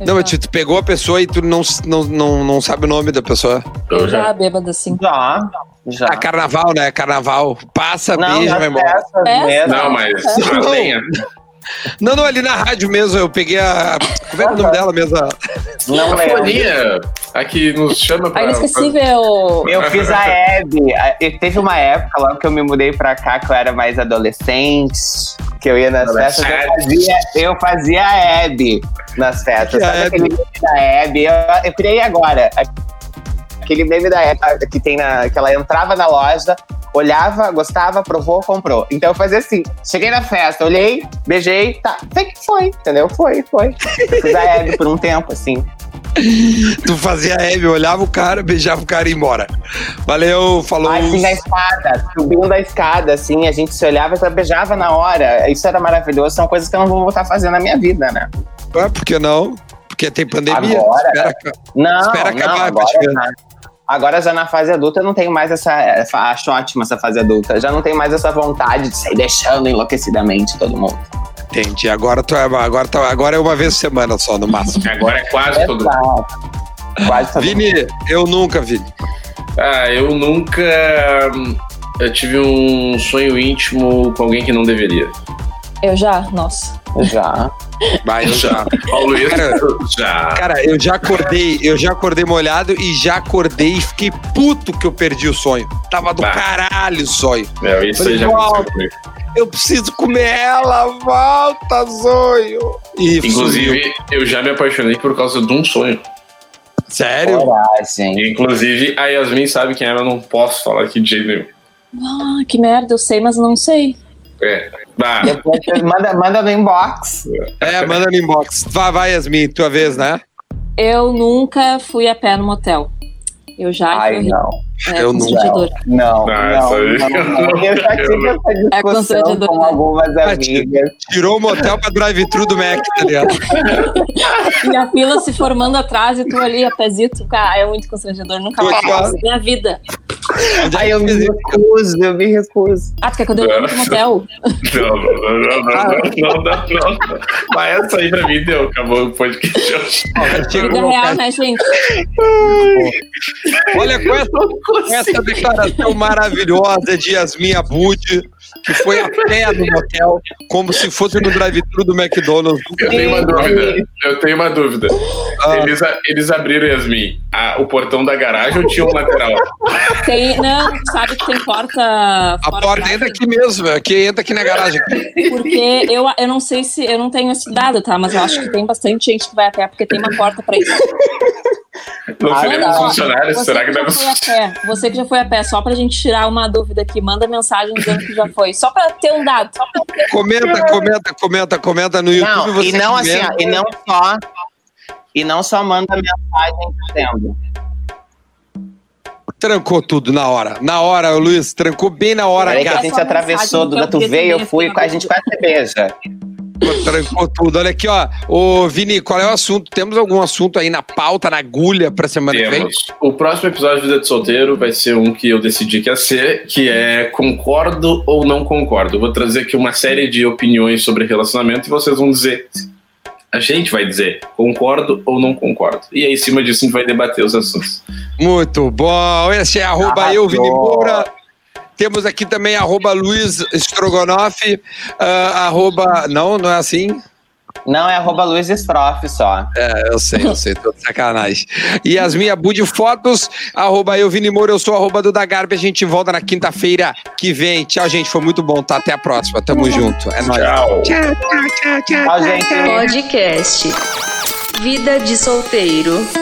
Speaker 2: Não, mas tu, tu pegou a pessoa e tu não, não, não, não sabe o nome da pessoa.
Speaker 4: Eu
Speaker 6: Eu
Speaker 4: já.
Speaker 6: já bêbado assim.
Speaker 3: Já. Já.
Speaker 2: Ah, carnaval, né? Carnaval. Passa,
Speaker 3: Tá. Não, é.
Speaker 2: beija,
Speaker 3: na
Speaker 2: vai embora.
Speaker 3: festa
Speaker 6: Festa?
Speaker 3: mesmo.
Speaker 4: Não, mas.
Speaker 2: Não.
Speaker 4: mas tem a-
Speaker 2: Não, não, ali na rádio mesmo. Eu peguei a. Como é que é o nome dela mesmo?
Speaker 3: Não
Speaker 4: a
Speaker 3: lembro.
Speaker 4: Fonia, a que nos chama
Speaker 6: A
Speaker 2: Ah,
Speaker 4: pra.
Speaker 6: inesquecível.
Speaker 4: Meu-
Speaker 3: Eu fiz a Hebe. A- e Teve uma época, logo que eu me mudei pra cá, que eu era mais adolescente, que eu ia nas festas, eu fazia, eu fazia a Hebe nas
Speaker 2: Que
Speaker 3: festas.
Speaker 2: que é
Speaker 3: Sabe
Speaker 2: Hebe?
Speaker 3: aquele meme da Hebe? Eu, eu criei agora. Aquele meme da Hebe que, tem na, que ela entrava na loja, olhava, gostava, provou, comprou. Então eu fazia assim, cheguei na festa, olhei, beijei, tá, sei que foi, entendeu? Foi, foi. Eu fiz a Hebe por um tempo, assim.
Speaker 2: Tu fazia a Hebe, olhava o cara, beijava o cara e ia embora. Valeu, falou.
Speaker 3: Assim, na escada, subindo a escada, assim, a gente se olhava e se beijava na hora. Isso era maravilhoso, são coisas que eu não vou voltar a fazer na minha vida, né?
Speaker 2: Ah, por que não? Porque tem pandemia. É,
Speaker 3: Agora?
Speaker 2: Espera,
Speaker 3: Não,
Speaker 2: Espera acabar
Speaker 3: não,
Speaker 2: pra
Speaker 3: agora,
Speaker 2: te ver.
Speaker 3: já- agora já na fase adulta eu não tenho mais essa, essa- Acho ótima essa fase adulta. Já não tenho mais essa vontade de sair deixando enlouquecidamente todo mundo.
Speaker 2: entendi. Agora, tu é, agora, tu- agora é uma vez por semana só, no máximo.
Speaker 4: Agora é quase todo
Speaker 3: Exato. Quase todo mundo.
Speaker 2: Vini, eu nunca, Vini.
Speaker 4: Ah, eu nunca hum, eu tive um sonho íntimo com alguém que não deveria.
Speaker 6: Eu já, nossa.
Speaker 3: Já.
Speaker 2: Vai, eu já.
Speaker 4: Ó, o Luiz,
Speaker 2: Cara,
Speaker 4: já.
Speaker 2: Cara, eu já acordei, eu já acordei molhado e já acordei e fiquei puto que eu perdi o sonho. Tava do
Speaker 4: Bah.
Speaker 2: caralho o sonho.
Speaker 4: É, isso aí já
Speaker 2: Igual.
Speaker 4: aconteceu comigo.
Speaker 2: Eu preciso comer ela, volta, sonho. E sumiu.
Speaker 4: Inclusive, eu já me apaixonei por causa de um sonho.
Speaker 2: sério?
Speaker 3: Coragem.
Speaker 4: Inclusive, a Yasmin sabe quem é, mas eu não posso falar aqui de jeito nenhum.
Speaker 6: Ah, que merda, eu sei, mas não sei.
Speaker 4: É. Ah,
Speaker 3: Depois você manda, manda no inbox.
Speaker 2: É, manda no inbox. Vai, vai, Yasmin, tua vez, né?
Speaker 6: Eu nunca fui a pé no motel. Eu já
Speaker 3: Ai,
Speaker 6: fui
Speaker 3: não.
Speaker 6: é,
Speaker 2: eu nunca.
Speaker 6: constrangedor.
Speaker 3: Não,
Speaker 4: Ah,
Speaker 3: não,
Speaker 4: essa aí-
Speaker 3: não, não. Eu já tive
Speaker 6: É
Speaker 3: essa discussão
Speaker 6: constrangedor,
Speaker 3: com
Speaker 6: né?
Speaker 3: algumas amigas.
Speaker 2: Tirou o motel pra drive-thru do Mac, tá ligado?
Speaker 6: E a fila se formando atrás e tu ali a pezito. Cara, é muito constrangedor. Nunca mais
Speaker 2: Claro.
Speaker 6: faço na minha vida.
Speaker 3: Ai, eu me recuso, eu me recuso.
Speaker 6: Ah, tu quer que eu dei no motel?
Speaker 4: não, não, não, não,
Speaker 2: Ah.
Speaker 4: não, não, não, não. Mas essa aí pra mim deu, acabou o podcast hoje.
Speaker 2: Chega
Speaker 6: Vida
Speaker 2: no
Speaker 6: real,
Speaker 2: motel.
Speaker 6: né, gente?
Speaker 2: Olha, com essa, com essa declaração maravilhosa de Yasmin Abud, que foi a pé no motel, como se fosse no drive-thru do McDonald's.
Speaker 4: Eu tenho uma dúvida. Eu tenho uma dúvida.
Speaker 2: Ah.
Speaker 4: Eles, a- eles abriram, Yasmin, a- o portão da garagem ou tinha um lateral?
Speaker 2: Ah,
Speaker 6: Tem, não, sabe que tem porta.
Speaker 2: A porta entra aqui mesmo, aqui entra aqui na garagem.
Speaker 6: Porque eu, eu não sei se. Eu não tenho esse dado, tá? Mas eu acho que tem bastante gente que vai a pé porque tem uma porta pra isso.
Speaker 4: Não
Speaker 3: Ah,
Speaker 4: seremos
Speaker 6: Olha, ó,
Speaker 4: funcionários?
Speaker 6: você
Speaker 4: Será que
Speaker 6: já
Speaker 4: deve
Speaker 6: foi a pé, Você que já foi a pé, só pra gente tirar uma dúvida aqui, manda mensagem dizendo que já foi. Só pra ter um dado. Só pra ter...
Speaker 2: Comenta, comenta, comenta, comenta no YouTube.
Speaker 3: Não, e
Speaker 2: você
Speaker 3: não assim,
Speaker 2: comenta.
Speaker 3: ó, e não só. E não só manda mensagem dizendo.
Speaker 2: Trancou tudo na hora. Na hora, o Luiz, trancou bem na hora,
Speaker 3: Peraí que a
Speaker 2: cara.
Speaker 3: gente atravessou, Duda, tu veio, eu fui, a gente quase se beija.
Speaker 2: trancou tudo. Olha aqui, ó. Ô, Vini, qual é o assunto? Temos algum assunto aí na pauta, na agulha pra semana que vem?
Speaker 4: Temos. O próximo episódio de Vida de Solteiro vai ser um que eu decidi que ia ser, que é concordo ou não concordo. Eu vou trazer aqui uma série de opiniões sobre relacionamento e vocês vão dizer. A gente vai dizer concordo ou não concordo. E aí, em cima disso, a gente vai debater os assuntos.
Speaker 2: Muito bom. Esse é arroba eu, Vini
Speaker 3: Arrasou.
Speaker 2: Moura. Temos aqui também arroba Luiz Strogonoff. ah, arroba. Não, não é assim?
Speaker 3: Não, é arroba Luiz Estrofe só.
Speaker 2: É, eu sei, eu sei, tô de sacanagem. E as minhas Bud Fotos, arroba eu, Vini Moura, eu sou arroba Duda Garbi. A gente volta na quinta-feira que vem. Tchau, gente. Foi muito bom, tá? Até a próxima. Tamo junto. É nóis.
Speaker 4: Tchau.
Speaker 6: um
Speaker 3: Tchau, gente.
Speaker 1: Podcast Vida de Solteiro.